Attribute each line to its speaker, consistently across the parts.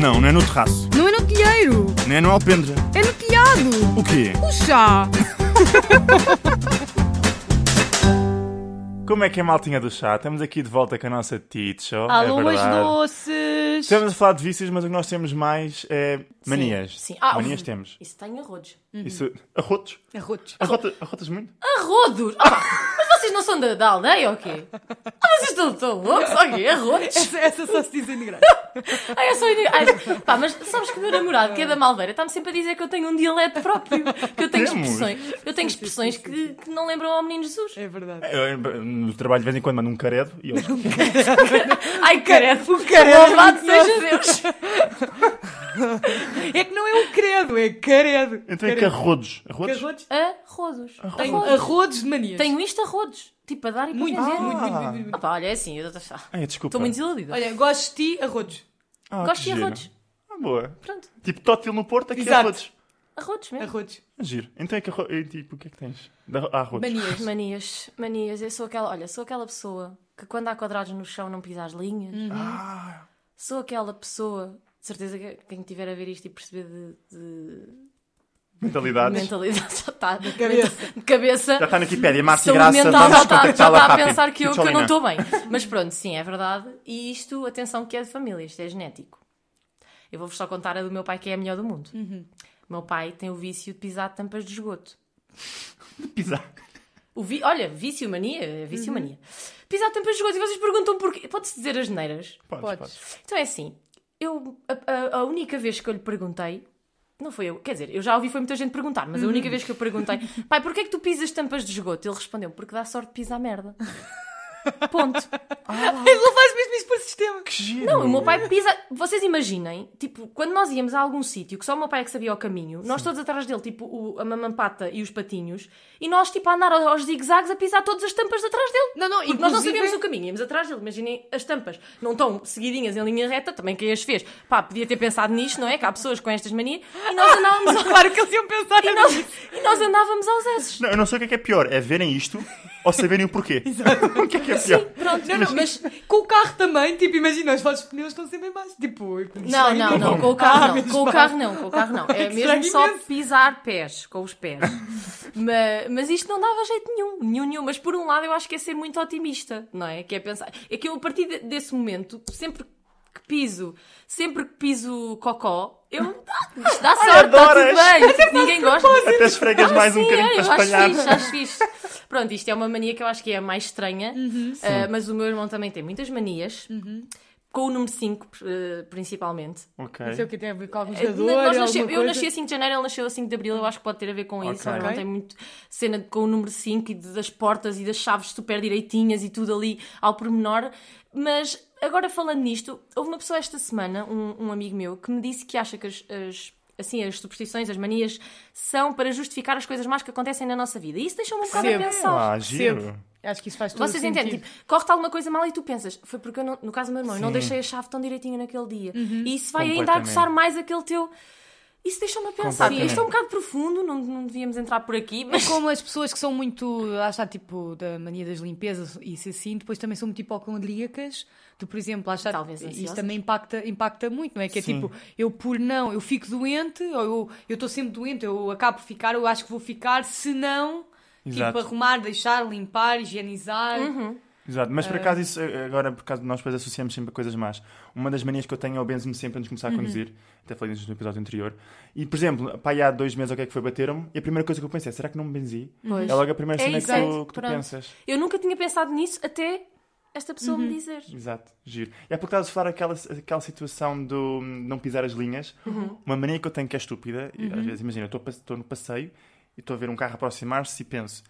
Speaker 1: não é no terraço,
Speaker 2: Não é no telheiro,
Speaker 1: nem é no alpendre.
Speaker 2: é no telhado.
Speaker 1: O quê?
Speaker 2: O chá.
Speaker 3: Como é que é, maltinha do chá? Estamos aqui de volta com a nossa teacher.
Speaker 4: Alô,
Speaker 3: é
Speaker 4: as
Speaker 3: verdade.
Speaker 4: doces!
Speaker 3: Estamos a falar de vícios, mas o que nós temos mais é manias.
Speaker 4: Sim. Ah, Uhum.
Speaker 3: manias
Speaker 4: hum.
Speaker 3: temos.
Speaker 4: Isso tem arrodos.
Speaker 3: Isso. Arrotos?
Speaker 2: Arrotos.
Speaker 3: Arrotas, arrotas muito?
Speaker 4: Arrodos! Ah, pá, mas vocês não são da, da aldeia ou quê? Ah, vocês estão tão loucos? Ok, arrodos?
Speaker 2: Essa, essa só se diz em inglês.
Speaker 4: Ai, eu sou inig... Ai, Pá, mas sabes que o meu namorado, que é da Malveira, está-me sempre a dizer que eu tenho um dialeto próprio. Que eu tenho
Speaker 3: Temos.
Speaker 4: expressões. Eu tenho expressões que, que não lembram ao menino Jesus.
Speaker 2: É verdade.
Speaker 3: Eu, eu, no trabalho de vez em quando mando um caredo e eles.
Speaker 4: Ai, careto!
Speaker 2: O é caredo.
Speaker 4: Louvado seja Deus!
Speaker 2: É que não é um credo, é caredo.
Speaker 3: Então é que
Speaker 2: Caredo.
Speaker 3: arrodos. Arrotos?
Speaker 2: Arrotos.
Speaker 4: Arrodos.
Speaker 2: Tenho
Speaker 4: Arrodos.
Speaker 2: arrodos de manias.
Speaker 4: Tenho isto arrodos. Tipo, a dar e para
Speaker 2: Muito,
Speaker 4: vender.
Speaker 2: muito, muito, muito,
Speaker 3: Ah.
Speaker 2: muito, muito.
Speaker 4: Ah, pá, olha, é assim, eu estou
Speaker 3: Ai, desculpa.
Speaker 4: muito desiludida.
Speaker 2: Olha, gosto de ti, arrodos.
Speaker 3: Ah, que
Speaker 4: Gosto de
Speaker 3: giro.
Speaker 4: arrodos.
Speaker 3: Ah, boa.
Speaker 4: Pronto,
Speaker 3: Tipo Tótil no Porto, aqui é
Speaker 2: Exato.
Speaker 3: arrotos.
Speaker 4: arrodos mesmo.
Speaker 2: Arrodos.
Speaker 3: Giro. Então é que arro... e, tipo, o que é que tens? De arro- ah, arrotos.
Speaker 2: Manias.
Speaker 4: Manias, manias. Eu sou aquela, olha, sou aquela pessoa que quando há quadrados no chão não pisa as linhas.
Speaker 3: Ah,
Speaker 4: Sou aquela pessoa, de certeza que quem estiver a ver isto e perceber de, de
Speaker 3: mentalidades.
Speaker 4: mentalidade já está de
Speaker 2: Cabeça.
Speaker 4: de cabeça.
Speaker 3: Já está na Wikipédia, Márcia
Speaker 4: Saúde
Speaker 3: Graça,
Speaker 4: mental já
Speaker 3: vamos
Speaker 4: está, já
Speaker 3: contactá-la
Speaker 4: está a
Speaker 3: rápido.
Speaker 4: pensar que eu, que eu não
Speaker 3: Tcholina.
Speaker 4: estou bem. Mas pronto, sim, é verdade. E isto, atenção, que é de família, isto é genético. Eu vou-vos só contar a do meu pai, que é a melhor do mundo. O meu pai tem o vício de pisar tampas de esgoto.
Speaker 3: Pisar.
Speaker 4: O vi... Olha, vício mania, é vício mania. Pisar tampas de esgoto e vocês perguntam porquê. Pode-se dizer as neiras?
Speaker 3: Podes,
Speaker 2: Podes.
Speaker 3: podes.
Speaker 4: Então é assim, eu, a, a- a única vez que eu lhe perguntei, não foi eu, quer dizer, eu já ouvi foi muita gente perguntar, mas a única vez que eu perguntei, pai, porquê é que tu pisas tampas de esgoto? Ele respondeu, porque dá sorte de pisar merda. Ponto.
Speaker 2: Ele faz mesmo isso por sistema.
Speaker 3: Que giro.
Speaker 4: Não, o meu pai pisa. Vocês imaginem, tipo, quando nós íamos a algum sítio que só o meu pai é que sabia o caminho, nós todos atrás dele, tipo, o- a mamampata e os patinhos, e nós, tipo, a andar aos- aos zigue-zagues a pisar todas as tampas de atrás dele.
Speaker 2: Não, não,
Speaker 4: Porque nós não
Speaker 2: inclusive-
Speaker 4: sabíamos o caminho, íamos atrás dele, imaginem as tampas, não estão seguidinhas em linha reta, também quem as fez. Pá, podia ter pensado nisto, não é? Que há pessoas com estas manias, e nós andávamos, ao-
Speaker 2: Claro que eles iam pensar
Speaker 4: e nós, e nós andávamos aos esses.
Speaker 3: Não, eu não sei o que é que é pior, é verem isto ou saberem o porquê. o que é que é pior?
Speaker 2: Pronto, não, não, mas com o carro também, tipo, imagina, os vossos pneus estão sempre em baixo. Tipo,
Speaker 4: Não,
Speaker 2: estranho,
Speaker 4: não, não,
Speaker 3: bom.
Speaker 4: com o carro
Speaker 2: Ah,
Speaker 4: não,
Speaker 2: menos
Speaker 4: com o
Speaker 2: mal.
Speaker 4: carro não, com o carro não. É
Speaker 2: Que
Speaker 4: mesmo
Speaker 2: estranho
Speaker 4: só
Speaker 2: imenso.
Speaker 4: pisar pés, com os pés. mas, mas isto não dava jeito nenhum, nenhum, nenhum. Mas por um lado eu acho que é ser muito otimista, não é? Que é pensar. É que eu a partir de- desse momento, sempre que piso, sempre que piso cocó, eu. Ah, isto dá sorte, está tudo
Speaker 3: adoras.
Speaker 4: bem. tipo, Ninguém gosta.
Speaker 3: Até esfregas
Speaker 4: Ah,
Speaker 3: mais um
Speaker 4: sim,
Speaker 3: bocadinho
Speaker 4: é,
Speaker 3: para
Speaker 4: eu
Speaker 3: espalhar.
Speaker 4: Acho fixe, acho fixe. Pronto, isto é uma mania que eu acho que é a mais estranha, ah, mas o meu irmão também tem muitas manias, com o número 5 principalmente.
Speaker 3: Ok.
Speaker 2: Não sei o que tem a ver com alguns
Speaker 4: Eh,
Speaker 2: jogadores.
Speaker 4: nós nasce-
Speaker 2: é alguma
Speaker 4: eu
Speaker 2: coisa.
Speaker 4: nasci assim. a 5 de janeiro, ele nasceu a 5 de abril, eu acho que pode ter a ver com isso.
Speaker 3: Ok.
Speaker 4: Ele não
Speaker 2: Ok.
Speaker 4: tem muito cena de- com o número 5 e de- das portas e das chaves super direitinhas e tudo ali ao pormenor. Mas agora falando nisto, houve uma pessoa esta semana, um, um amigo meu, que me disse que acha que as. as- Assim, as superstições, as manias, são para justificar as coisas más que acontecem na nossa vida. E isso deixa-me um bocado a
Speaker 2: Percebo.
Speaker 4: pensar.
Speaker 3: Ah, giro.
Speaker 2: Percebo. Acho que isso faz todo
Speaker 4: Vocês
Speaker 2: sentido.
Speaker 4: entendem? Tipo, corre-te alguma coisa mal e tu pensas, foi porque eu não, no caso do meu irmão, eu não deixei a chave tão direitinha naquele dia.
Speaker 2: Uhum.
Speaker 4: E isso vai ainda
Speaker 3: Completamente.
Speaker 4: aguçar mais aquele teu. Isso deixa-me a pensar.
Speaker 3: Completamente.
Speaker 4: Isto é um bocado profundo, não, não devíamos entrar por aqui, mas.
Speaker 2: Como as pessoas que são muito, lá está, tipo, da mania das limpezas e isso assim, depois também são muito hipocondríacas, de, por exemplo, lá está,
Speaker 4: Talvez
Speaker 2: isso
Speaker 4: ansiosas.
Speaker 2: também impacta, impacta muito, não é? Que é
Speaker 3: Sim.
Speaker 2: tipo, eu por não, eu fico doente, ou eu- eu estou sempre doente, eu acabo por ficar, eu acho que vou ficar, se não,
Speaker 3: Exato.
Speaker 2: tipo, arrumar, deixar, limpar, higienizar.
Speaker 4: Uhum.
Speaker 3: Exato, mas
Speaker 4: Ah.
Speaker 3: por acaso isso, eh, agora, por acaso nós depois associamos sempre a coisas más. Uma das manias que eu tenho é o benzo-me sempre antes de
Speaker 4: Uhum.
Speaker 3: começar a conduzir. Até falei disso no episódio anterior. E, por exemplo, pá, aí há dois meses, o que é que foi, bateram-me. E a primeira coisa que eu pensei é, será que não me benzi?
Speaker 4: Pois.
Speaker 3: É logo a primeira
Speaker 4: É
Speaker 3: cena que
Speaker 4: exato,
Speaker 3: tu, que tu
Speaker 4: pronto.
Speaker 3: pensas.
Speaker 4: Eu nunca tinha pensado nisso até esta pessoa
Speaker 2: Uhum.
Speaker 4: me dizer.
Speaker 3: Exato, giro. E há pouco estavas a falar aquela, aquela situação do hum, não pisar as linhas.
Speaker 4: Uhum.
Speaker 3: Uma mania que eu tenho que é estúpida. e Às vezes, imagina, eu estou a passe- estou no passeio e estou a ver um carro aproximar-se e penso,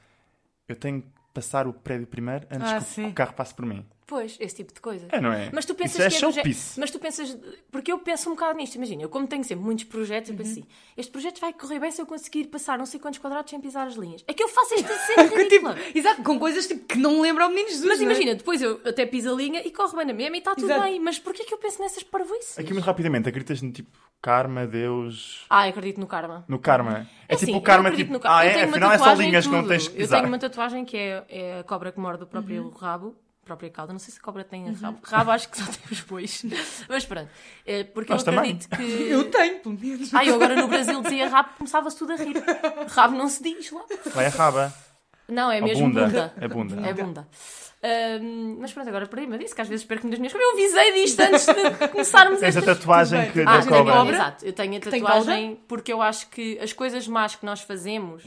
Speaker 3: eu tenho que passar o prédio primeiro antes
Speaker 2: Ah,
Speaker 3: que o-
Speaker 2: sim.
Speaker 3: o carro passe por mim.
Speaker 4: Pois, esse tipo de coisa.
Speaker 3: É, não é?
Speaker 4: Mas tu pensas
Speaker 3: Isso é
Speaker 4: que é do gé-
Speaker 3: showpiece.
Speaker 4: Mas tu pensas. Porque eu penso um bocado nisto, imagina. Eu, como tenho sempre muitos projetos, eu penso
Speaker 2: Uhum.
Speaker 4: assim: este projeto vai correr bem se eu conseguir passar não sei quantos quadrados sem pisar as linhas. É que eu faço esta cena
Speaker 2: Tipo,
Speaker 4: ridícula.
Speaker 2: exato, com coisas tipo, que não lembram ao menino Jesus.
Speaker 4: Mas
Speaker 2: não é?
Speaker 4: imagina, depois eu até piso a linha e corre bem na mesma e está tudo
Speaker 2: Exato.
Speaker 4: bem. Mas porquê é que eu penso nessas parvoices?
Speaker 3: Aqui muito rapidamente, acreditas no tipo karma, Deus.
Speaker 4: Ah, eu acredito no karma.
Speaker 3: No karma. É,
Speaker 4: assim,
Speaker 3: tipo o
Speaker 4: eu
Speaker 3: karma,
Speaker 4: acredito
Speaker 3: tipo.
Speaker 4: no karma.
Speaker 3: Ah,
Speaker 4: Eu
Speaker 3: é?
Speaker 4: tenho uma
Speaker 3: Afinal é só
Speaker 4: tatuagem e
Speaker 3: linhas que Uhum. não
Speaker 4: tudo.
Speaker 3: tens que
Speaker 4: Eu
Speaker 3: pisar.
Speaker 4: tenho uma tatuagem que é, é a cobra que morde o próprio rabo. própria cauda. Não sei se a cobra tem
Speaker 3: Uhum.
Speaker 4: rabo. Rabo acho que só tem os bois. Mas pronto. Eh, Porque
Speaker 3: Nós
Speaker 4: eu
Speaker 3: também.
Speaker 4: acredito que...
Speaker 2: Eu tenho, pelo menos.
Speaker 4: Ai, eu agora no Brasil dizia rabo, começava-se tudo a rir. Rabo não se diz lá.
Speaker 3: Vai a raba.
Speaker 4: Não, é
Speaker 3: Ou
Speaker 4: mesmo
Speaker 3: bunda.
Speaker 4: bunda.
Speaker 3: É bunda.
Speaker 4: É bunda. Ahm, mas pronto, agora perdi-me. Eu disse que às vezes perco-me das minhas coisas. Eu avisei disto antes de começarmos
Speaker 3: Tens a
Speaker 4: esta
Speaker 2: bem.
Speaker 3: tatuagem que
Speaker 2: Ah,
Speaker 3: da
Speaker 2: já
Speaker 4: tenho-
Speaker 2: cobra.
Speaker 3: cobra.
Speaker 4: é Exato, eu tenho a
Speaker 2: tem
Speaker 4: tatuagem porque eu acho que as coisas más que nós fazemos.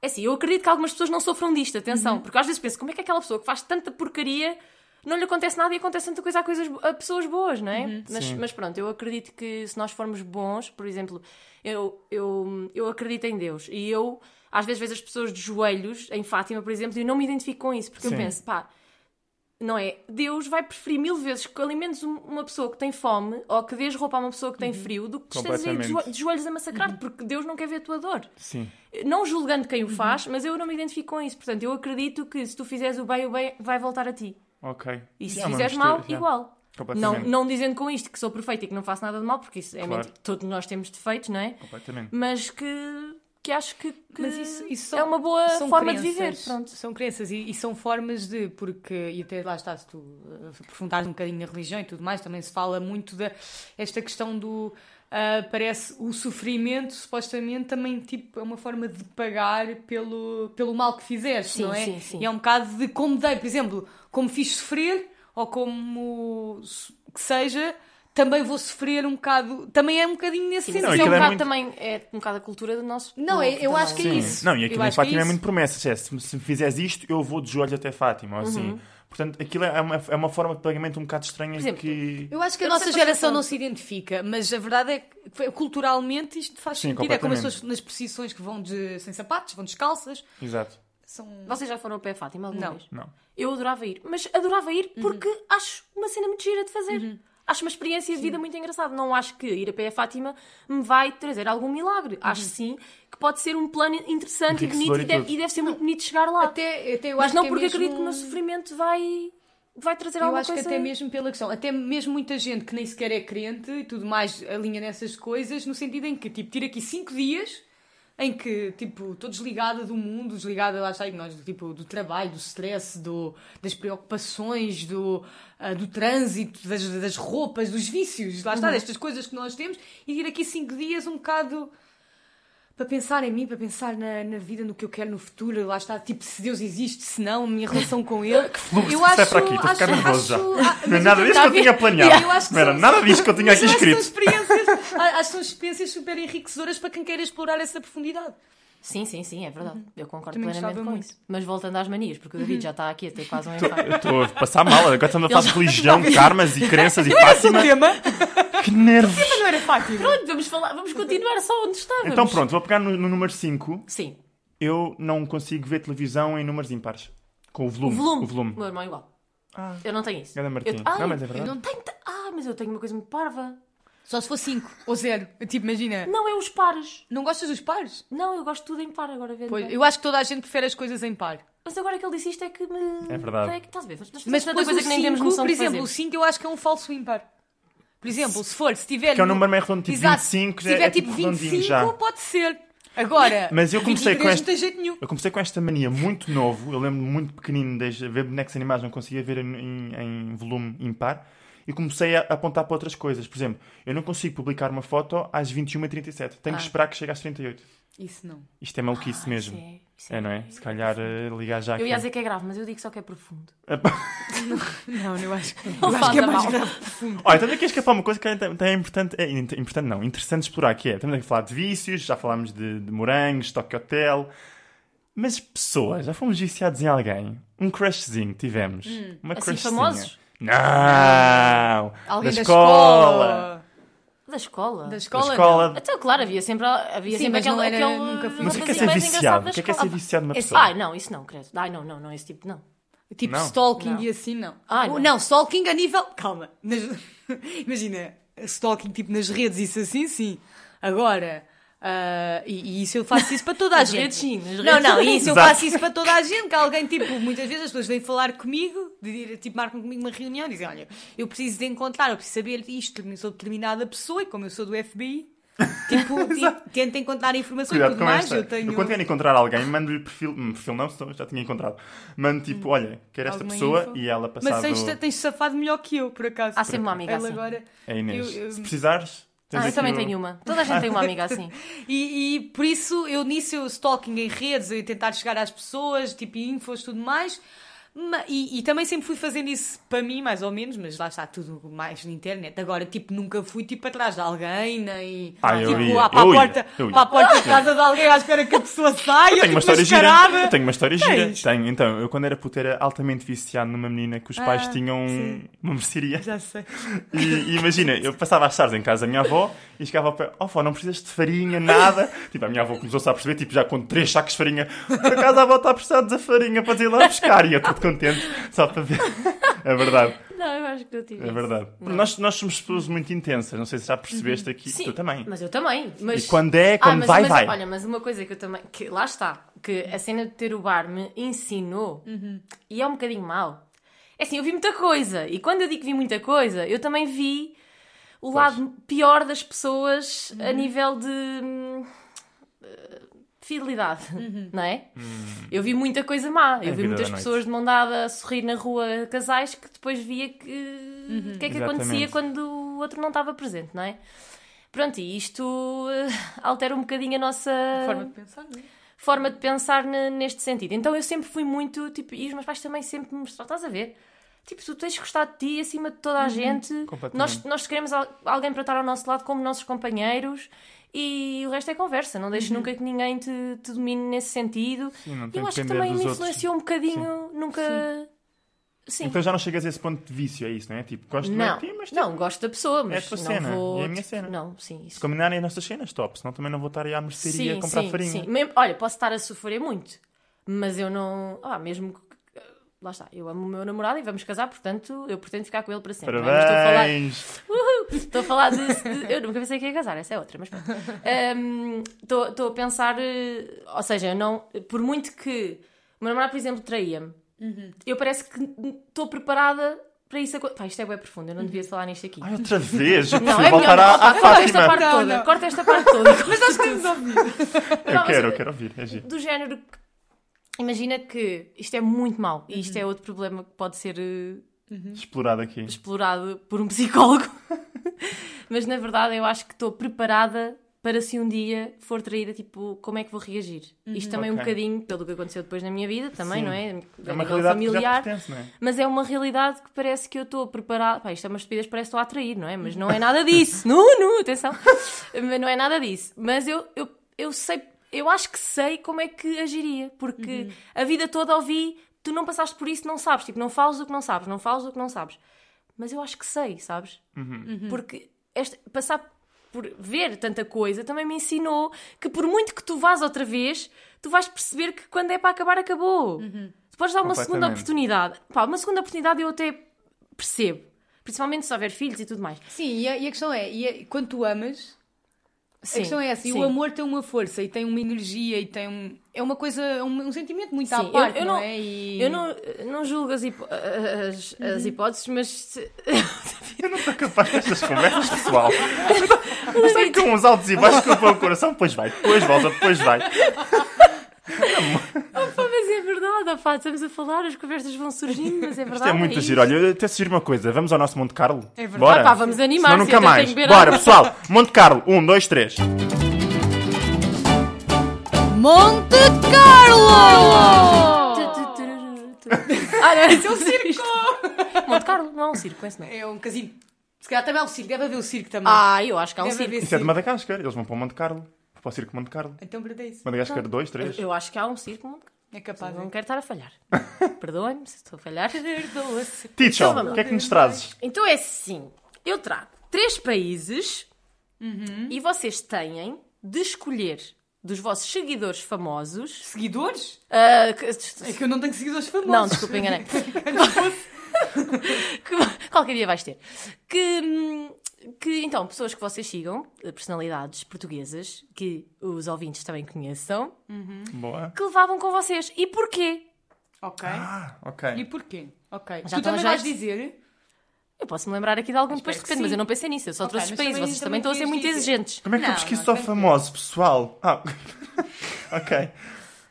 Speaker 4: É assim, eu acredito que algumas pessoas não sofram disto, atenção, porque eu às vezes penso como é que aquela pessoa que faz tanta porcaria não lhe acontece nada e acontece tanta coisa a, coisas, bo- a pessoas boas, não é? Mas,
Speaker 3: Sim.
Speaker 4: mas pronto, eu acredito que se nós formos bons, por exemplo, eu, eu, eu acredito em Deus e eu às vezes vejo as pessoas de joelhos em Fátima, por exemplo, e eu não me identifico com isso, porque
Speaker 3: Sim.
Speaker 4: eu penso, pá, não é? Deus vai preferir mil vezes que alimentes um- uma pessoa que tem fome ou que dês roupa a uma pessoa que tem frio do que que estejas aí de,
Speaker 3: Uhum. Completamente. Uhum.
Speaker 4: joel- de joelhos a massacrar, te porque Deus não quer ver a tua dor.
Speaker 3: Sim.
Speaker 4: Não julgando quem o
Speaker 3: Uhum.
Speaker 4: faz, mas eu não me identifico com isso. Portanto, eu acredito que se tu fizeres o bem, o bem vai voltar a ti.
Speaker 3: Ok.
Speaker 4: E se
Speaker 3: É uma
Speaker 4: fizeres
Speaker 3: mistura,
Speaker 4: mal,
Speaker 3: já.
Speaker 4: igual. Não,
Speaker 3: Completamente.
Speaker 4: não dizendo com isto que sou perfeita e que não faço nada de mal, porque isso é
Speaker 3: Claro.
Speaker 4: mentira. Todos nós temos defeitos, não é?
Speaker 3: Completamente.
Speaker 4: Mas que, que acho que, que
Speaker 2: Mas isso- isso são-
Speaker 4: é uma boa
Speaker 2: São
Speaker 4: forma de
Speaker 2: crenças.
Speaker 4: viver. Pronto.
Speaker 2: São crenças e, e são formas de, porque, e até lá está, se tu eh, aprofundares um bocadinho na religião e tudo mais, também se fala muito da esta questão do ah, parece o sofrimento, supostamente, também tipo, é uma forma de pagar pelo, pelo mal que fizeste,
Speaker 4: Sim,
Speaker 2: não é?
Speaker 4: sim, sim.
Speaker 2: E é um bocado de como dei, por exemplo, como fiz sofrer, ou como so- que seja, também vou sofrer um bocado, também é um bocadinho nesse
Speaker 4: Sim,
Speaker 2: sentido.
Speaker 4: mas
Speaker 3: Não,
Speaker 4: isso é um
Speaker 3: aquilo é
Speaker 4: bocado
Speaker 3: muito-
Speaker 4: também é um bocado a cultura do nosso.
Speaker 2: Não, é- eu
Speaker 4: povo
Speaker 2: acho
Speaker 4: também.
Speaker 2: que é
Speaker 3: Sim.
Speaker 2: isso.
Speaker 3: Não, e
Speaker 2: Eu
Speaker 3: aquilo
Speaker 2: acho
Speaker 3: em
Speaker 2: que é
Speaker 3: Fátima é
Speaker 2: isso.
Speaker 3: muito promessa. É, se, me- se me fizeres isto, eu vou de joelhos até Fátima, ou assim.
Speaker 2: Uhum.
Speaker 3: Portanto, aquilo é uma, é uma forma de pagamento um bocado estranha
Speaker 4: exemplo,
Speaker 3: que.
Speaker 2: Eu acho que a
Speaker 4: Eu não
Speaker 2: nossa
Speaker 4: sei qual é a
Speaker 2: geração
Speaker 4: fonte.
Speaker 2: não se identifica, mas a verdade é que foi- culturalmente isto faz
Speaker 3: Sim,
Speaker 2: sentido. É como as
Speaker 3: completamente.
Speaker 2: pessoas nas precisões que vão de, sem sapatos, vão descalças.
Speaker 3: Exato.
Speaker 2: São...
Speaker 4: Vocês já foram ao pé a Fátima alguma
Speaker 2: Não.
Speaker 4: vez?
Speaker 3: Não.
Speaker 4: Eu adorava ir, mas adorava ir porque acho uma cena muito gira de fazer. Acho uma experiência de vida muito engraçada. Não acho que ir a pé a Fátima me vai trazer algum milagre. Acho sim que pode ser um plano interessante e bonito
Speaker 3: Enriquecedor
Speaker 4: e
Speaker 3: e
Speaker 4: deve,
Speaker 3: tudo.
Speaker 4: e deve ser muito bonito chegar lá.
Speaker 2: Até, até eu
Speaker 4: mas
Speaker 2: acho
Speaker 4: não
Speaker 2: que é
Speaker 4: porque
Speaker 2: mesmo-
Speaker 4: acredito que o meu sofrimento vai, vai trazer
Speaker 2: Eu
Speaker 4: alguma
Speaker 2: acho
Speaker 4: coisa.
Speaker 2: que até mesmo pela questão, até mesmo muita gente que nem sequer é crente e tudo mais alinha nessas coisas, no sentido em que, tipo, tira aqui cinco dias em que, tipo, estou desligada do mundo, desligada, lá está, aí nós, tipo, do trabalho, do stress, do, das preocupações, do, ah, do trânsito, das, das roupas, dos vícios, lá
Speaker 4: Uhum.
Speaker 2: está, destas coisas que nós temos, e tira aqui cinco dias um bocado para pensar em mim, para pensar na, na vida, no que eu quero no futuro, lá está, tipo, se Deus existe, se não, a minha relação com Ele.
Speaker 3: fluxo que sai para aqui, estou a ficar nervoso já. Não é nada disso
Speaker 2: disso
Speaker 3: que eu tinha
Speaker 2: Eu
Speaker 3: planeado.
Speaker 2: acho que
Speaker 3: Não era
Speaker 2: são-
Speaker 3: nada disso que eu tinha
Speaker 2: ah, então, Mas
Speaker 3: aqui
Speaker 2: eu
Speaker 3: escrito.
Speaker 2: acho que são experiências, a- acho que são experiências super enriquecedoras para quem queira explorar essa profundidade.
Speaker 4: Sim, sim, sim, é verdade. Eu concordo
Speaker 2: Uhum. Também
Speaker 4: plenamente com
Speaker 2: gostava muito. Uhum.
Speaker 4: isso. Mas voltando às manias, porque o David já está aqui a ter quase um infarto.
Speaker 3: Eu estou a passar mal, agora estamos a falar de religião, karmas e crenças e
Speaker 2: Esse
Speaker 3: Fátima.
Speaker 2: tema
Speaker 3: Que nervos!
Speaker 2: é não é era Fátima.
Speaker 4: Pronto, vamos, falar, vamos continuar só onde estávamos.
Speaker 3: Então pronto, vou pegar no, no número 5.
Speaker 4: Sim,
Speaker 3: Eu não consigo ver televisão em números ímpares. Com o volume.
Speaker 4: volume.
Speaker 3: O volume.
Speaker 4: Meu irmão é igual.
Speaker 3: Ah.
Speaker 4: Eu não tenho isso.
Speaker 3: Ganda Martim.
Speaker 4: Eu, ai,
Speaker 3: Não, mas é
Speaker 4: eu
Speaker 3: verdade.
Speaker 4: não tenho. ta- Ah, mas eu tenho uma coisa muito parva.
Speaker 2: Só se for 5 ou 0. Tipo, imagina,
Speaker 4: Não, é os pares.
Speaker 2: não gostas dos pares?
Speaker 4: Não, eu gosto tudo em par agora, vendo.
Speaker 2: Pois,
Speaker 4: bem.
Speaker 2: eu acho que toda a gente prefere as coisas em par.
Speaker 4: Mas agora que ele disse isto é que me.
Speaker 3: É verdade.
Speaker 4: É que, estás a ver? Nós fazemos
Speaker 2: Mas
Speaker 4: tanta
Speaker 2: depois
Speaker 4: coisa
Speaker 2: o
Speaker 4: que nem temos
Speaker 2: 5,
Speaker 4: noção
Speaker 2: por
Speaker 4: de
Speaker 2: exemplo, o
Speaker 4: fazer.
Speaker 2: 5 eu acho que é um falso ímpar. Por exemplo, se for, se tiver.
Speaker 3: Que é um
Speaker 2: no-
Speaker 3: número meio redondo, tipo
Speaker 2: Exato.
Speaker 3: 25,
Speaker 2: se
Speaker 3: já
Speaker 2: tiver
Speaker 3: é
Speaker 2: tipo
Speaker 3: tipo redondinho
Speaker 2: 25,
Speaker 3: já.
Speaker 2: pode ser. Agora,
Speaker 3: Mas eu comecei com
Speaker 2: 23
Speaker 3: este-
Speaker 2: não tem jeito nenhum.
Speaker 3: Eu comecei com esta mania muito novo. Eu lembro-me muito pequenino de ver bonecos animados, não conseguia ver em, em- em volume impar. E comecei a apontar para outras coisas. Por exemplo, eu não consigo publicar uma foto às 21h37. Tenho que esperar que chegue às 38.
Speaker 2: Isso não.
Speaker 3: Isto é maluquice
Speaker 4: Ah,
Speaker 3: mesmo.
Speaker 4: isso é- isso é-
Speaker 3: É, não é? Se calhar eh, ligar já
Speaker 4: Eu
Speaker 3: aqui.
Speaker 4: ia dizer que é grave, mas eu digo só que é profundo.
Speaker 2: Não, eu acho que é
Speaker 4: Não faz a mal.
Speaker 3: Olha, estamos aqui a escapar uma coisa que é, é importante, é int- importante não, interessante explorar, que é, estamos aqui a falar de vícios, já falámos de, de morangos, Tokyo Hotel, mas pessoas, já fomos viciados em alguém, um crushzinho que tivemos, uma
Speaker 4: assim,
Speaker 3: crushzinha.
Speaker 4: famosos?
Speaker 3: Não!
Speaker 2: Alguém da,
Speaker 3: escola!
Speaker 4: Da escola.
Speaker 2: Da
Speaker 3: Da
Speaker 2: escola.
Speaker 3: escola.
Speaker 4: Até claro, havia sempre, havia
Speaker 2: Sim,
Speaker 4: sempre
Speaker 2: mas não
Speaker 4: aquele,
Speaker 2: era-
Speaker 4: aquele.
Speaker 2: nunca fui.
Speaker 3: Mas o que é que é
Speaker 4: rapaz
Speaker 3: ser
Speaker 4: Então, mais
Speaker 3: viciado?
Speaker 4: engraçado da
Speaker 3: O que é que é ser
Speaker 4: escola.
Speaker 3: viciado numa
Speaker 4: Esse-
Speaker 3: pessoa?
Speaker 4: Ai, não, isso não, credo. Ai, não, não, não, esse tipo, não.
Speaker 2: não. Tipo
Speaker 3: Não.
Speaker 2: stalking
Speaker 4: Não.
Speaker 2: e assim, não.
Speaker 4: Ah,
Speaker 2: Ou-
Speaker 4: não.
Speaker 2: não, stalking a nível. Calma. Nas- Imagina, stalking tipo nas redes, isso assim, sim. Agora. ah, e, e isso eu faço isso para toda a
Speaker 4: Nas
Speaker 2: gente.
Speaker 4: redes, sim, nas
Speaker 2: Não,
Speaker 4: redes.
Speaker 2: não, e isso eu
Speaker 3: Então, Exato.
Speaker 2: faço isso para toda a gente. Que alguém, tipo, muitas vezes as pessoas vêm falar comigo, de- tipo, marcam comigo uma reunião, dizem: Olha, eu preciso de encontrar, eu preciso saber isto sobre determinada pessoa, e como eu sou do FBI, Tipo, e tenta encontrar informação e
Speaker 3: Cuidado
Speaker 2: tudo
Speaker 3: com
Speaker 2: mais.
Speaker 3: esta. é
Speaker 2: Eu tenho.
Speaker 3: quando quero encontrar alguém, mando-lhe perfil. hum, Perfil não, senão já tinha encontrado. Mando tipo, olha, quero esta
Speaker 2: Alguma
Speaker 3: pessoa
Speaker 2: info?
Speaker 3: e ela passado.
Speaker 2: Mas tens, tens safado melhor que eu, por acaso.
Speaker 4: Há sempre uma amiga
Speaker 2: Ela
Speaker 4: assim.
Speaker 2: agora.
Speaker 3: É Inês.
Speaker 2: Eu- eu-
Speaker 3: Se precisares, tens
Speaker 4: Ah, eu
Speaker 3: aqui
Speaker 4: também
Speaker 3: o-
Speaker 4: tenho uma. Toda a gente tem uma amiga assim.
Speaker 2: E, e por isso eu nisso eu stalking em redes, eu tentar chegar às pessoas, tipo infos, tudo mais. Ma- E, e também sempre fui fazendo isso para mim, mais ou menos, mas lá está tudo mais na internet. Agora, tipo, nunca fui tipo atrás de alguém, nem
Speaker 3: Ah, eu
Speaker 2: tipo,
Speaker 3: ia,
Speaker 2: lá para a
Speaker 3: eu ia,
Speaker 2: porta,
Speaker 3: eu ia.
Speaker 2: para a porta de casa de alguém à espera que a pessoa
Speaker 3: Tenho uma
Speaker 2: saia, tipo,
Speaker 3: história gira.
Speaker 2: mascarada.
Speaker 3: Eu tenho uma história gira.
Speaker 2: Tens?
Speaker 3: Tenho. Então, eu quando era puto era altamente viciado numa menina que os pais
Speaker 2: Ah,
Speaker 3: tinham uma mercearia.
Speaker 2: Já sei.
Speaker 3: E, e imagina, eu passava às tardes em casa da minha avó e chegava ao pé, oh vó, não precisas de farinha, nada. Tipo, a minha avó começou-se a perceber, tipo, já com três sacos de farinha, por acaso a avó está a precisar de farinha para ir lá buscar. E eu todo contente, só para ver. É verdade,
Speaker 4: Não, eu acho que eu tive.
Speaker 3: é verdade. Nós, nós somos pessoas muito intensas, não sei se já percebeste aqui,
Speaker 4: Uhum. Sim,
Speaker 3: tu também.
Speaker 4: Mas eu também. Mas... Ah,
Speaker 3: E quando é, quando
Speaker 4: mas,
Speaker 3: vai,
Speaker 4: mas,
Speaker 3: vai.
Speaker 4: Olha, mas uma coisa que eu também. Que, lá está. Que a cena de ter o bar me ensinou e é um bocadinho mau. É assim, eu vi muita coisa. E quando eu digo que vi muita coisa, eu também vi o lado pior das pessoas a nível de. hum, eh, Fidelidade, não é? Eu vi muita coisa
Speaker 3: É Hum. a
Speaker 4: má. Eu vi
Speaker 3: vida
Speaker 4: muitas
Speaker 3: da noite.
Speaker 4: pessoas de mão dada a sorrir na rua, casais, que depois via que. O que é que
Speaker 3: Exatamente.
Speaker 4: acontecia quando o outro não estava presente, não é? Pronto, e isto eh, altera um bocadinho a nossa
Speaker 2: Forma
Speaker 4: forma,
Speaker 2: de pensar, não é?
Speaker 4: de pensar ne- neste sentido. Então eu sempre fui muito, tipo, e os meus pais também sempre me mostraram, estás a ver? Tipo, tu tens de gostar de ti acima de toda a gente.
Speaker 3: Uhum. Completamente.
Speaker 4: Nós, nós queremos al- alguém para estar ao nosso lado como nossos companheiros e o resto é conversa. Não
Speaker 3: Uhum.
Speaker 4: deixes nunca que ninguém te, te domine nesse sentido.
Speaker 3: Sim, não
Speaker 4: E
Speaker 3: tem
Speaker 4: eu
Speaker 3: que
Speaker 4: acho que
Speaker 3: depender
Speaker 4: também
Speaker 3: dos
Speaker 4: me
Speaker 3: outros.
Speaker 4: influenciou um bocadinho, nunca. Sim.
Speaker 3: Então já não chegas a esse ponto de vício, é isso, não é? Tipo, gosto
Speaker 4: Não,
Speaker 3: de ti, mas tipo,
Speaker 4: não, gosto da pessoa, mas
Speaker 3: tua
Speaker 4: não
Speaker 3: cena,
Speaker 4: vou.
Speaker 3: é a minha
Speaker 4: tipo,
Speaker 3: cena.
Speaker 4: Não, sim, isso
Speaker 3: se combinarem as nossas cenas, top, senão também não vou estar aí à mercearia a comprar farinha.
Speaker 4: Mesmo- olha, posso estar a sofrer muito, mas eu não. Ah, mesmo que. Lá está, eu amo o meu namorado e vamos casar, portanto eu pretendo ficar com ele para sempre. não é? Mas
Speaker 3: Parabéns!
Speaker 4: Estou a falar, estou a falar de, de- Eu nunca pensei que ia casar, essa é outra, mas pronto. Ahm, Estou estou a pensar. eh, Ou seja, eu não. Por muito que. O meu namorado, por exemplo, traía-me, eu parece que estou preparada para isso acontecer. Pá, isto é bem profundo, eu não devia falar nisto aqui.
Speaker 3: Ai, outra vez! Eu
Speaker 4: Não,
Speaker 3: prefiro
Speaker 4: é melhor.
Speaker 3: voltar
Speaker 4: não,
Speaker 3: à, à
Speaker 4: pá, Corta esta
Speaker 3: Fátima!
Speaker 4: parte
Speaker 2: Não,
Speaker 4: toda,
Speaker 2: não.
Speaker 4: corta esta parte toda.
Speaker 2: Mas nós queremos ouvir.
Speaker 3: Eu
Speaker 4: Não, mas
Speaker 3: quero,
Speaker 4: eu-
Speaker 3: eu quero ouvir, é giro.
Speaker 4: do género que- imagina que isto é muito mau e isto é outro problema que pode ser eh,
Speaker 3: Explorado aqui.
Speaker 4: explorado por um psicólogo mas na verdade eu acho que estou preparada para se um dia for traída, tipo, como é que vou reagir? Isto também um
Speaker 3: Ok.
Speaker 4: bocadinho pelo que aconteceu depois na minha vida, também,
Speaker 3: Sim.
Speaker 4: não é?
Speaker 3: É
Speaker 4: A nível
Speaker 3: uma realidade que já
Speaker 4: familiar,
Speaker 3: te pertence, não é?
Speaker 4: mas é uma realidade que parece que eu estou preparada. Pá, isto é uma estupidez, parece que estou a atrair, não é? Mas não é nada disso. nu, nu, atenção. Mas não é nada disso. Mas eu, eu, eu sei, eu acho que sei como é que agiria, porque a vida toda ouvi, tu não passaste por isso, não sabes. Tipo, não falas o que não sabes, não falas o que não sabes. Mas eu acho que sei, sabes?
Speaker 2: Hum.
Speaker 4: Porque esta- passar por ver tanta coisa também me ensinou que por muito que tu vás outra vez, tu vais perceber que quando é para acabar, acabou.
Speaker 2: Uhum.
Speaker 4: Tu podes dar uma segunda
Speaker 3: Completamente.
Speaker 4: oportunidade. Pá, uma segunda oportunidade eu até percebo. Principalmente se houver filhos e tudo mais.
Speaker 2: Sim, e a, e a questão é, e a- quando tu amas,
Speaker 4: Sim,
Speaker 2: a questão é essa, e
Speaker 4: sim.
Speaker 2: o amor tem uma força e tem uma energia e tem um. É uma coisa, um, um sentimento muito
Speaker 4: Sim,
Speaker 2: à
Speaker 4: eu-
Speaker 2: parte,
Speaker 4: eu
Speaker 2: não,
Speaker 4: não-
Speaker 2: é? E- Uhum.
Speaker 4: Eu não, não julgo as, hipo- as, as hipóteses, mas se-
Speaker 3: Eu não estou capaz destas conversas, pessoal. Está
Speaker 4: é
Speaker 3: aí com uns altos e baixos que é eu vou o coração, depois vai, depois volta, depois vai.
Speaker 4: Pá, mas é verdade, ó pá, estamos a falar, as conversas vão surgindo, mas é verdade.
Speaker 3: Isto é muito
Speaker 4: isso.
Speaker 3: giro. Olha, eu até sugiro uma coisa. Vamos ao nosso Monte Carlo? É
Speaker 2: verdade.
Speaker 3: Bora.
Speaker 4: Ah pá, vamos animar,
Speaker 3: Senão
Speaker 4: se
Speaker 3: nunca
Speaker 4: eu tenho
Speaker 3: mais.
Speaker 4: que beber
Speaker 3: Bora,
Speaker 4: água.
Speaker 3: pessoal. Monte Carlo. Um, dois, três.
Speaker 2: Monte Carlo!
Speaker 4: Tu, tu, tururu, tu. Ah, não, Oh. isso é um circo! Monte Carlo, não é um circo, esse não.
Speaker 2: É um casino. Se calhar também há um circo, deve haver um circo também.
Speaker 4: Ah, eu acho que há um
Speaker 2: deve
Speaker 4: circo.
Speaker 2: haver
Speaker 3: Isso é de
Speaker 2: circo.
Speaker 3: Madagascar. Eles vão para o Monte Carlo. Para o Circo Monte Carlo.
Speaker 2: Então perdei isso.
Speaker 3: Madagascar 2, 3.
Speaker 4: Eu acho que há um circo, Monte Carlo.
Speaker 2: É capaz.
Speaker 4: Não quero estar a falhar. Perdoem-me se estou a falhar. Perdoa-se.
Speaker 2: Então,
Speaker 3: Ticho, o que é que nos trazes?
Speaker 4: Então é assim: eu trago três países e vocês têm de escolher dos vossos seguidores famosos.
Speaker 2: Seguidores?
Speaker 4: ah, que-
Speaker 2: É que eu não tenho seguidores famosos.
Speaker 4: Não, desculpa, enganei. Que- Qualquer dia vais ter. Que, hum, que, então, pessoas que vocês sigam, eh, personalidades portuguesas, que os ouvintes também conheçam,
Speaker 2: Uhum.
Speaker 3: Boa.
Speaker 4: que levavam com vocês. E porquê?
Speaker 2: ok.
Speaker 3: Ah, ok.
Speaker 2: E porquê? Ok.
Speaker 4: Já
Speaker 2: tu
Speaker 4: estão
Speaker 2: também
Speaker 4: já-
Speaker 2: vais dizer?
Speaker 4: Eu posso me lembrar aqui de algum
Speaker 2: Espero
Speaker 4: depois de
Speaker 2: que
Speaker 4: repente,
Speaker 2: sim.
Speaker 4: mas eu não pensei nisso. Eu só
Speaker 2: Ok,
Speaker 4: trouxe os
Speaker 2: mas
Speaker 4: países.
Speaker 2: também-
Speaker 4: Vocês também estão
Speaker 2: também
Speaker 4: a ser
Speaker 2: podias
Speaker 4: muito
Speaker 2: dizer.
Speaker 4: exigentes.
Speaker 3: Como é que
Speaker 2: Não,
Speaker 3: eu pesquiso
Speaker 2: não,
Speaker 3: só
Speaker 2: tranquilo.
Speaker 3: famosos, pessoal? Ah, ok.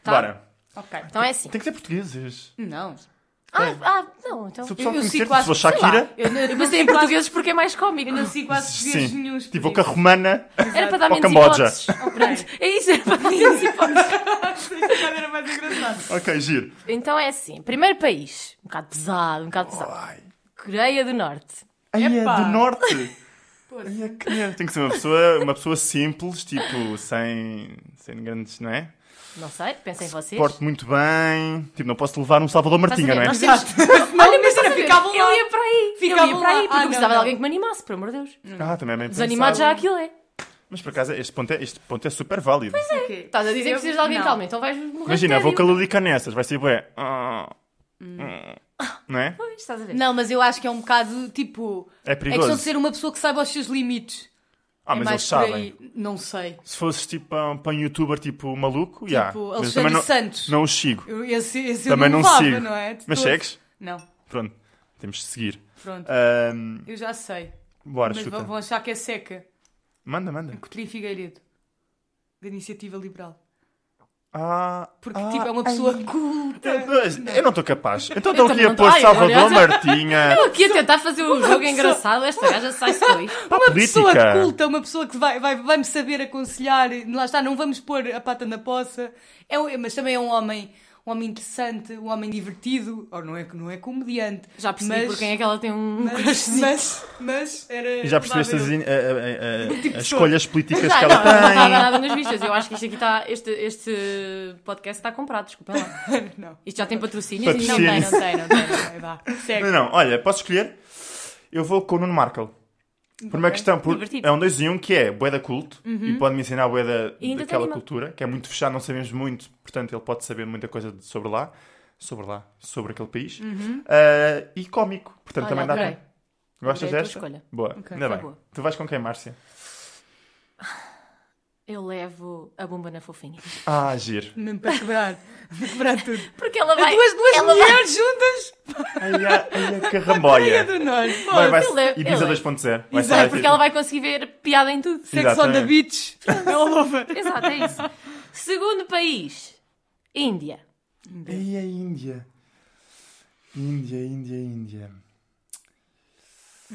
Speaker 4: Tá.
Speaker 3: Bora.
Speaker 2: Ok.
Speaker 4: Então é assim.
Speaker 3: Tem que ser portugueses.
Speaker 2: Não.
Speaker 4: Ah, ah, não, então.
Speaker 3: Se o pessoal
Speaker 2: Eu- eu sei
Speaker 3: conhecer, se
Speaker 2: quase-
Speaker 3: for
Speaker 2: sei lá.
Speaker 3: Shakira,
Speaker 2: Eu, É. eu
Speaker 4: Eu pensei em portugueses porque é mais cómico.
Speaker 2: Eu não sei quase português nenhum.
Speaker 3: sim. Tipo, a romana.
Speaker 4: Era para dar
Speaker 3: Para o
Speaker 4: menos
Speaker 3: Camboja.
Speaker 4: hipóteses. Oh, pronto. É isso, era para dar menos hipóteses.
Speaker 2: era mais engraçado.
Speaker 3: Ok, giro.
Speaker 4: Então é assim. Primeiro país. Um bocado pesado, um bocado pesado.
Speaker 3: Ai,
Speaker 4: Coreia do Norte.
Speaker 3: Ai, é
Speaker 2: Epá.
Speaker 3: do norte. Ai, é que merda. Tem que ser uma pessoa, uma pessoa simples, tipo, sem, sem grandes, não é?
Speaker 4: Não sei, pensem vocês.
Speaker 3: Porto muito bem. Tipo, não posso levar um Salvador Martinha,
Speaker 4: Estás a
Speaker 3: não
Speaker 4: ver?
Speaker 3: é?
Speaker 4: Nós temos-
Speaker 2: Não, Olha, mas
Speaker 4: Estás a
Speaker 2: era,
Speaker 4: ver?
Speaker 2: ficava lá.
Speaker 4: Eu ia para aí.
Speaker 2: Ficava
Speaker 4: eu ia para aí
Speaker 2: lá.
Speaker 4: porque
Speaker 2: Ah,
Speaker 4: eu
Speaker 2: não,
Speaker 4: precisava de
Speaker 2: não.
Speaker 4: alguém que me animasse, por amor de Deus.
Speaker 3: Ah, também é bem
Speaker 4: Desanimado
Speaker 3: pensado.
Speaker 4: já aquilo é.
Speaker 3: Mas por acaso, este ponto é, este ponto é super válido.
Speaker 2: Ok.
Speaker 4: Estás a dizer que precisas de alguém
Speaker 2: Não.
Speaker 4: calmo, então vais morrer.
Speaker 3: Imagina,
Speaker 4: de tédio.
Speaker 3: vou com a Lilica nessas, vai ser bué. Ah, ah, Não é?
Speaker 4: Pois, Estás a ver?
Speaker 2: Não, mas eu acho que é um bocado tipo.
Speaker 3: É
Speaker 2: É questão de
Speaker 3: perigoso.
Speaker 2: ser uma pessoa que saiba os seus limites.
Speaker 3: Ah,
Speaker 2: é
Speaker 3: mas
Speaker 2: mais
Speaker 3: eles
Speaker 2: por
Speaker 3: sabem.
Speaker 2: aí. Não sei.
Speaker 3: Se fosses tipo para um, para um youtuber tipo maluco, já.
Speaker 2: Tipo,
Speaker 3: Mas eu
Speaker 2: Alexandre
Speaker 3: também não,
Speaker 2: Santos.
Speaker 3: não os sigo.
Speaker 2: Eu, esse, esse
Speaker 3: Também
Speaker 2: eu não
Speaker 3: não
Speaker 2: levava,
Speaker 3: sigo.
Speaker 2: não é? De
Speaker 3: Mas
Speaker 2: todo.
Speaker 3: segues?
Speaker 2: Não,
Speaker 3: Pronto, temos de seguir.
Speaker 2: pronto.
Speaker 3: Ah, Ahm,
Speaker 2: Eu já sei.
Speaker 3: bora,
Speaker 2: Mas
Speaker 3: chuta.
Speaker 2: vão, vão achar que é seca.
Speaker 3: Manda, manda.
Speaker 2: Coutrinho Figueiredo. Da Iniciativa Liberal.
Speaker 3: Ah,
Speaker 2: Porque,
Speaker 3: ah,
Speaker 2: tipo, é uma pessoa culta.
Speaker 3: ai, mas eu não estou capaz. Então
Speaker 4: Eu
Speaker 3: estou aqui
Speaker 4: também
Speaker 3: a
Speaker 4: não
Speaker 3: pôr
Speaker 4: tô. Ai,
Speaker 3: Salvador
Speaker 4: aliás,
Speaker 3: Martinha.
Speaker 4: Estou aqui a tentar fazer um jogo engraçado. Esta gaja sai-se com isto.
Speaker 3: Para a
Speaker 2: Uma pessoa
Speaker 3: política.
Speaker 2: culta, uma pessoa que vai, vai, vai me saber aconselhar, lá está, não vamos pôr a pata na poça, é, um- mas também é um homem, um homem interessante, um homem divertido, ou não é que não é comediante.
Speaker 4: Já percebi
Speaker 2: mas,
Speaker 4: por quem é que ela tem um
Speaker 2: mas,
Speaker 4: crushzinho.
Speaker 2: mas, mas era.
Speaker 3: E já percebeste as,
Speaker 2: provável.
Speaker 3: in- a- a- a- a-
Speaker 2: Tipo
Speaker 3: as
Speaker 2: sou.
Speaker 3: escolhas políticas que
Speaker 4: Ah, não,
Speaker 3: ela
Speaker 4: não dá
Speaker 3: tem?
Speaker 4: nada nas vistas. Eu acho que isto aqui está. Este, este podcast está comprado, desculpem lá.
Speaker 2: Não,
Speaker 4: Isto já tem patrocínios e
Speaker 2: não
Speaker 3: Patrocínio.
Speaker 2: tem, não tem, não tem. não tem, vá. Segue.
Speaker 3: Não, não, olha, posso escolher? Eu vou com o Nuno Markle. Primeira questão, por,
Speaker 4: Divertido. Uhum.
Speaker 3: é um dois em um que é boeda culto e pode-me ensinar boeda
Speaker 4: E ainda tem
Speaker 3: daquela
Speaker 4: animal.
Speaker 3: cultura, que é muito fechado, não sabemos muito, portanto ele pode saber muita coisa de- sobre lá, sobre lá, sobre aquele país. Ah, e cómico, portanto
Speaker 4: Uhum. Olha,
Speaker 3: também dá
Speaker 4: adorei.
Speaker 3: para. Gostas
Speaker 4: Adorei a tua
Speaker 3: desta?
Speaker 4: escolha.
Speaker 3: Boa, ainda bem.
Speaker 4: foi boa.
Speaker 3: Tu vais com quem, Márcia?
Speaker 4: Eu levo a bomba na fofinha.
Speaker 3: Ah, giro.
Speaker 2: Mesmo para quebrar, para quebrar tudo.
Speaker 4: Porque ela vai.
Speaker 2: Duas, duas
Speaker 4: ela vai-
Speaker 2: mulheres juntas,
Speaker 3: Ai, a- ai, a
Speaker 4: é
Speaker 2: Coreia
Speaker 3: carramboia.
Speaker 2: do Norte.
Speaker 3: Vai, vai,
Speaker 4: Eu levo-
Speaker 3: e
Speaker 4: eu
Speaker 3: pisa
Speaker 4: levo.
Speaker 3: 2.0. Vai
Speaker 4: é- Exato,
Speaker 3: ser
Speaker 4: porque
Speaker 3: giro.
Speaker 4: ela vai conseguir ver piada em tudo.
Speaker 2: Sex on the
Speaker 3: Exatamente.
Speaker 2: beach.
Speaker 4: É
Speaker 2: All over.
Speaker 4: Exato, é isso. Segundo país, Índia.
Speaker 3: Ei, a Índia. Índia, Índia, Índia.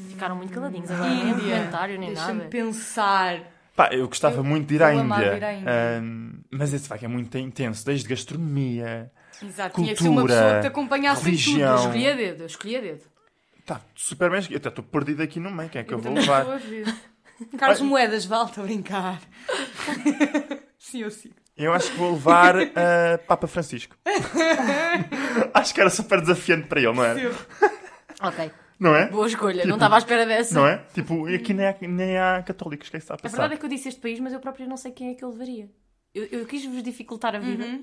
Speaker 4: Ficaram muito caladinhos agora, nem um
Speaker 2: Índia.
Speaker 4: comentário, nem
Speaker 2: Deixa-me
Speaker 4: nada.
Speaker 2: pensar.
Speaker 3: Pá, eu gostava
Speaker 2: Eu-
Speaker 3: muito de ir à
Speaker 2: eu amava
Speaker 3: Índia.
Speaker 2: ir à Índia.
Speaker 3: Ahm, mas esse vai que é muito intenso, desde gastronomia.
Speaker 2: Exato, Ah, tinha que ser uma
Speaker 3: Cultura,
Speaker 2: pessoa que te acompanhasse
Speaker 3: religião.
Speaker 2: em
Speaker 4: Eu escolhi a dedo, eu escolhi a dedo.
Speaker 3: Tá, super bem. Eu até estou perdido aqui no meio. Quem é que eu, vou
Speaker 2: também
Speaker 3: levar?
Speaker 2: tudo. Carlos
Speaker 3: Ai.
Speaker 2: Moedas, volta a brincar. sim, eu sim.
Speaker 3: Eu acho que vou levar ah, Papa Francisco. acho que era super desafiante para ele, não é?
Speaker 2: Sim.
Speaker 4: Ok,
Speaker 3: Não é?
Speaker 4: boa escolha,
Speaker 3: Tipo,
Speaker 4: não estava à espera dessa.
Speaker 3: Não é? Tipo, aqui nem há, nem há católicos. O que é que está a
Speaker 4: A
Speaker 3: passar?
Speaker 4: verdade é que eu disse este país, mas eu próprio não sei quem é que eu levaria. Eu, eu quis vos dificultar a vida,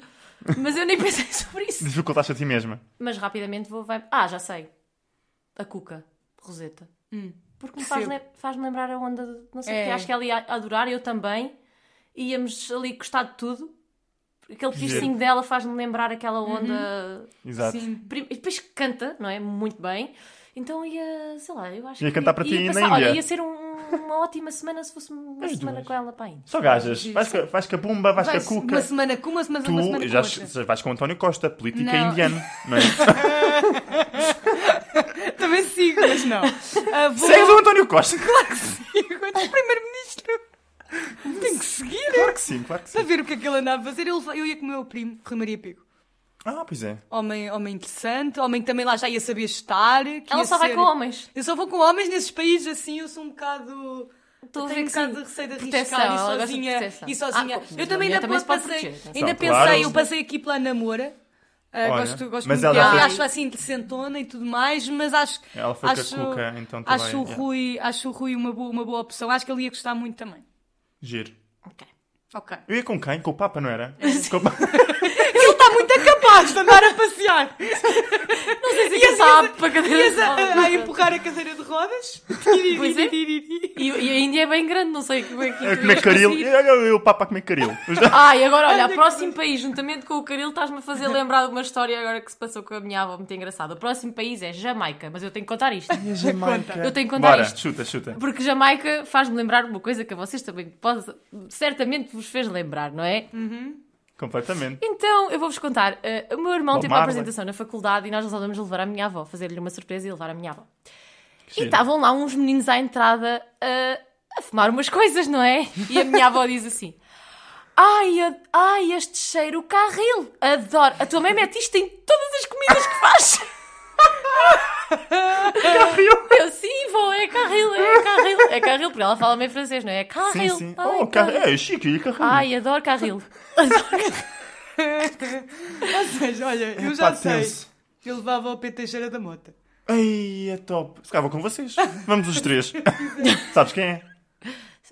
Speaker 4: mas eu nem pensei sobre isso.
Speaker 3: Dificultaste a ti mesma.
Speaker 4: Mas rapidamente vou. Vai... Ah, já sei. A Cuca, Roseta. Porque me faz,
Speaker 2: Hum, Percebo.
Speaker 4: le- faz-me lembrar a onda de. Não sei
Speaker 2: É.
Speaker 4: porque, acho que ela ia adorar, eu também. Íamos ali gostar de tudo. Aquele
Speaker 3: Giro.
Speaker 4: piercing dela faz-me lembrar aquela
Speaker 2: Uhum.
Speaker 4: onda.
Speaker 3: Exato.
Speaker 2: Sim.
Speaker 4: Prim- E depois canta, não é? Muito bem. Então ia, sei lá, eu acho
Speaker 3: Ia
Speaker 4: que.
Speaker 3: cantar para ti na
Speaker 4: passar- olha,
Speaker 3: Índia.
Speaker 4: ia ser um- uma ótima semana se fosse uma
Speaker 3: As
Speaker 4: semana
Speaker 3: duas.
Speaker 4: com ela para a Índia.
Speaker 3: Só gajas. Vais com, vais com a Pumba, vais,
Speaker 2: Vais
Speaker 3: com a Cuca.
Speaker 2: Uma semana com uma, semana uma semana
Speaker 3: Tu
Speaker 2: com
Speaker 3: já,
Speaker 2: outra.
Speaker 3: já vais com o António Costa, política
Speaker 2: Não.
Speaker 3: indiano. Não é?
Speaker 2: Também sigo, mas não. Ah, vou
Speaker 3: Segues o António Costa.
Speaker 2: sigo antes primeiro-ministro. Tenho que seguir.
Speaker 3: Claro que sim, claro que
Speaker 2: Para
Speaker 3: sim.
Speaker 2: ver o que é que ele andava a fazer, Ele fa- eu ia com o meu primo, Rui Maria Pico.
Speaker 3: Ah, pois é.
Speaker 2: Homem, homem interessante, homem que também lá já ia saber estar. que
Speaker 4: Ela
Speaker 2: ia
Speaker 4: só vai
Speaker 2: ser-
Speaker 4: com homens.
Speaker 2: Eu só vou com homens nesses países assim, eu sou um bocado.
Speaker 4: Estou a
Speaker 2: tenho
Speaker 4: ver
Speaker 2: um
Speaker 4: que
Speaker 2: bocado
Speaker 4: sim.
Speaker 2: de receio de
Speaker 4: Proteção,
Speaker 2: arriscar e
Speaker 4: ela gosta de
Speaker 2: sozinha.
Speaker 4: proteção.
Speaker 2: E sozinha.
Speaker 4: Ah, pois,
Speaker 2: eu
Speaker 4: mas
Speaker 2: também
Speaker 4: a mulher
Speaker 2: ainda
Speaker 4: também se pode
Speaker 2: passei,
Speaker 4: proteger, então.
Speaker 2: ainda
Speaker 3: atenção.
Speaker 2: pensei,
Speaker 3: Claro.
Speaker 2: eu passei aqui pela namora. Ah,
Speaker 3: Olha,
Speaker 2: gosto gosto
Speaker 3: mas
Speaker 2: muito
Speaker 3: ela
Speaker 2: dela,
Speaker 4: foi-
Speaker 2: acho assim decentona e tudo mais, mas acho
Speaker 3: Ela foi com a
Speaker 2: acho,
Speaker 3: Cuca, então também,
Speaker 2: acho o
Speaker 3: yeah.
Speaker 2: Rui, acho o Rui uma boa, uma boa opção. Acho que ele ia gostar muito também.
Speaker 3: Giro.
Speaker 4: Ok.
Speaker 2: Ok.
Speaker 3: Eu ia com quem? Com o Papa, não era? Com o Papa.
Speaker 2: Ele está muito acabado. capaz de andar a passear. assim,
Speaker 4: Não sei se aquilo está apto para cadeiras
Speaker 2: Ias
Speaker 4: de
Speaker 2: assim, a,
Speaker 4: rodas.
Speaker 2: a- a empurrar a cadeira de rodas.
Speaker 4: Pois é. E, e a Índia é bem grande, não sei como é que
Speaker 3: A
Speaker 4: tu
Speaker 3: comer
Speaker 4: ias
Speaker 3: caril.
Speaker 4: conseguir.
Speaker 3: Olha eu, papo a comer caril.
Speaker 4: Ah, e agora, olha,
Speaker 2: Olha que
Speaker 4: próximo país, juntamente com o Caril, estás-me a fazer lembrar de uma história agora que se passou com a minha avó, muito engraçada. O próximo país é Jamaica, mas eu tenho que contar isto. Eu tenho que contar
Speaker 3: Bora,
Speaker 4: isto.
Speaker 3: chuta, chuta.
Speaker 4: Porque Jamaica faz-me lembrar uma coisa que a vocês também pode, certamente vos fez lembrar, não é?
Speaker 3: Completamente. então
Speaker 4: Então, eu vou-vos contar. Eh, o meu irmão
Speaker 3: Bob
Speaker 4: teve uma
Speaker 3: Marley.
Speaker 4: apresentação na faculdade e nós resolvemos levar a minha avó, fazer-lhe uma surpresa e levar a minha avó. E
Speaker 3: giro.
Speaker 4: estavam lá uns meninos à entrada a, a fumar umas coisas, não é? E a minha avó diz assim: Ai, a- ai, este cheiro, o carril, adoro. A tua mãe mete isto em todas as comidas que faz. Eu sim, vó, é carril, é carril, é carril, porque ela fala meio francês, não é? É
Speaker 3: Sim,
Speaker 4: carril.
Speaker 3: sim.
Speaker 4: Ai,
Speaker 3: oh, car... É, chique, e carril.
Speaker 4: Ai, adoro carril.
Speaker 2: Ou seja, olha, eu já
Speaker 3: Pá,
Speaker 2: sei.
Speaker 3: tenso.
Speaker 2: Eu levava o PT Cheira da Mota.
Speaker 3: Ai, é top. Se calhar vou com vocês. Vamos os três. Sabes quem é?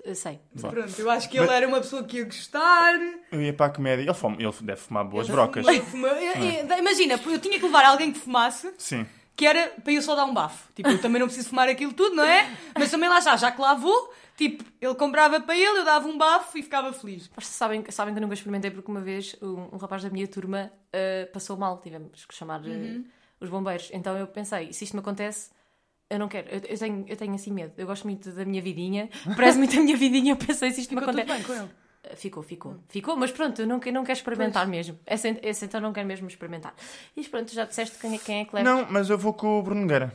Speaker 4: Eu Sei.
Speaker 2: Pronto, eu acho que ele era uma pessoa que ia gostar.
Speaker 3: Eu ia para a comédia. Ele, fuma- ele deve fumar boas
Speaker 2: Ele
Speaker 3: brocas. é?
Speaker 2: fuma- fuma- Eh, eh, Imagina, eu tinha que levar alguém que fumasse.
Speaker 3: Sim.
Speaker 2: que era para eu só dar um bafo. Tipo, eu também não preciso fumar aquilo tudo, não é? Mas também lá está, já que lá vou, tipo, ele comprava para ele, eu dava um bafo e ficava feliz.
Speaker 4: Mas sabem, sabem que eu nunca experimentei porque uma vez um, um rapaz da minha turma ah, passou mal, tivemos que chamar ah,
Speaker 2: Uhum.
Speaker 4: os bombeiros. Então eu pensei, se isto me acontece, eu não quero, eu, eu tenho, eu tenho assim medo, eu gosto muito da minha vidinha, parece muito a minha vidinha, eu pensei, se isto me
Speaker 2: Ficou tudo
Speaker 4: acontece.
Speaker 2: bem com ele.
Speaker 4: Ah, Ficou, ficou, ficou, mas pronto, eu não, que- não quero experimentar mesmo. Essa, essa então não quero mesmo experimentar. E pronto, já disseste quem é, quem é que leva.
Speaker 3: Não, mas eu vou com o Bruno Nogueira.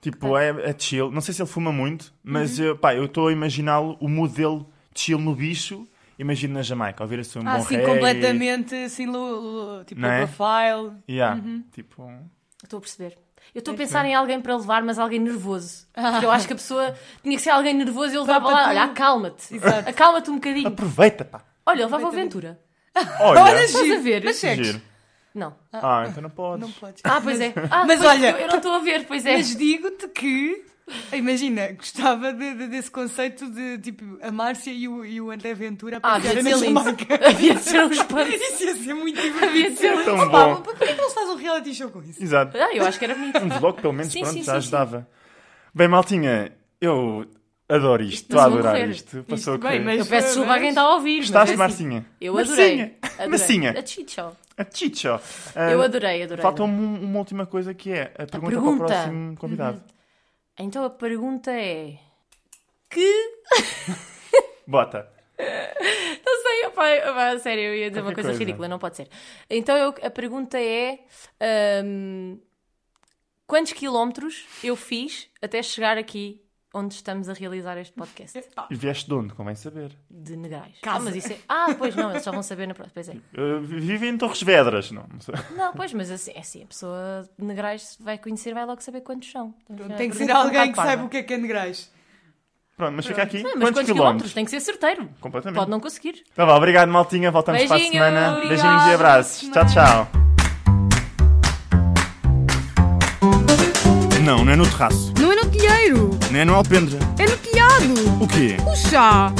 Speaker 3: Tipo, é, é chill. Não sei se ele fuma muito, mas eu, pá, eu estou a imaginá-lo, o modelo de chill no bicho, imagino na Jamaica, ouvir assim um
Speaker 2: Ah,
Speaker 3: bom
Speaker 2: assim,
Speaker 3: reggae.
Speaker 2: completamente, assim, lo- lo- tipo,
Speaker 3: Não é?
Speaker 2: profile.
Speaker 3: Yeah, Tipo,
Speaker 4: Estou a perceber. Eu estou a
Speaker 2: é.
Speaker 4: pensar em alguém para levar, mas alguém nervoso. Porque eu acho que a pessoa tinha que ser alguém nervoso e eu levava
Speaker 2: Papa,
Speaker 4: lá.
Speaker 2: tu-
Speaker 4: Olha, acalma-te.
Speaker 2: Exato.
Speaker 4: Acalma-te um bocadinho.
Speaker 3: aproveita, pá.
Speaker 4: Olha, eu levava a aventura.
Speaker 3: Olha,
Speaker 2: Olha,
Speaker 4: Estás a
Speaker 2: giro.
Speaker 4: ver?
Speaker 2: Mas segues.
Speaker 3: giro.
Speaker 4: Não.
Speaker 3: Ah, então não podes.
Speaker 2: Não podes.
Speaker 4: Ah, pois é. Ah,
Speaker 2: Mas
Speaker 4: pois,
Speaker 2: olha-
Speaker 4: Eu, eu não estou a ver, pois é.
Speaker 2: Mas digo-te que, imagina, gostava de- de- desse conceito de, tipo, a Márcia e o, e o André Ventura a
Speaker 4: Ah,
Speaker 2: passearem
Speaker 4: havia de
Speaker 2: na
Speaker 4: ser lindo.
Speaker 2: Jamaica.
Speaker 4: Havia de ser um espanto.
Speaker 2: Isso ia ser assim muito
Speaker 4: Havia de
Speaker 2: divertido.
Speaker 4: ser um
Speaker 3: Tão
Speaker 2: Opa,
Speaker 3: bom.
Speaker 2: por que é que eles fazem um reality show com isso?
Speaker 3: Então Exato.
Speaker 4: Ah, eu acho que era bonito.
Speaker 3: Um vlog, pelo menos,
Speaker 4: Sim,
Speaker 3: pronto,
Speaker 4: sim,
Speaker 3: já
Speaker 4: sim,
Speaker 3: ajudava. Bem, Maltinha, eu adoro isto.
Speaker 4: Mas
Speaker 3: Estou a
Speaker 4: vou
Speaker 3: adorar
Speaker 4: correr.
Speaker 3: isto. Passou a
Speaker 2: bem,
Speaker 3: correr.
Speaker 2: mas-
Speaker 4: Eu peço desculpa a quem está a ouvir. mas
Speaker 3: Gostaste,
Speaker 4: assim,
Speaker 3: Marcinha?
Speaker 4: Eu adorei.
Speaker 3: Marcinha.
Speaker 4: adorei.
Speaker 3: Marcinha.
Speaker 4: A chicho.
Speaker 3: A Chicho. Ah,
Speaker 4: Eu adorei, adorei.
Speaker 3: Falta um- uma última coisa que é a pergunta,
Speaker 4: pergunta. Uhum.
Speaker 3: para o próximo convidado.
Speaker 4: Então a pergunta é... Que...
Speaker 3: Bota.
Speaker 4: Não sei, opa, opa, a sério, eu ia dizer uma
Speaker 3: Qualquer
Speaker 4: coisa,
Speaker 3: coisa.
Speaker 4: ridícula, não pode ser. Então eu- a pergunta é: hum, quantos quilómetros eu fiz até chegar aqui onde estamos a realizar este podcast?
Speaker 3: E vieste de onde? Convém saber.
Speaker 4: De Negrais. Ah,
Speaker 2: Casa.
Speaker 4: mas isso é... ah, pois não, eles já vão saber na próxima. Pois é.
Speaker 3: Uh, vive em Torres Vedras, não? não sei.
Speaker 4: Não, pois, mas assim, é assim, a pessoa de Negrais vai conhecer, vai logo saber quantos são. Então, já
Speaker 2: Tem que
Speaker 4: a
Speaker 2: ser
Speaker 4: pergunta é um
Speaker 2: alguém que
Speaker 4: bocado
Speaker 2: saiba o
Speaker 4: parva.
Speaker 2: que é que é negrais.
Speaker 3: Pronto, mas fica aqui.
Speaker 4: Ah, mas
Speaker 3: quantos, quilómetros?
Speaker 4: Tem que ser certeiro.
Speaker 3: Completamente.
Speaker 4: Pode não conseguir.
Speaker 3: Então vá, obrigado, Maltinha. Voltamos
Speaker 4: Beijinhos.
Speaker 3: para a semana.
Speaker 4: Obrigada.
Speaker 3: Beijinhos e abraços.
Speaker 4: Boa
Speaker 3: Tchau, tchau. Não, não é no terraço.
Speaker 2: Não é no telheiro,
Speaker 3: Não é no alpendre.
Speaker 2: é no telhado.
Speaker 3: O quê?
Speaker 2: O chá.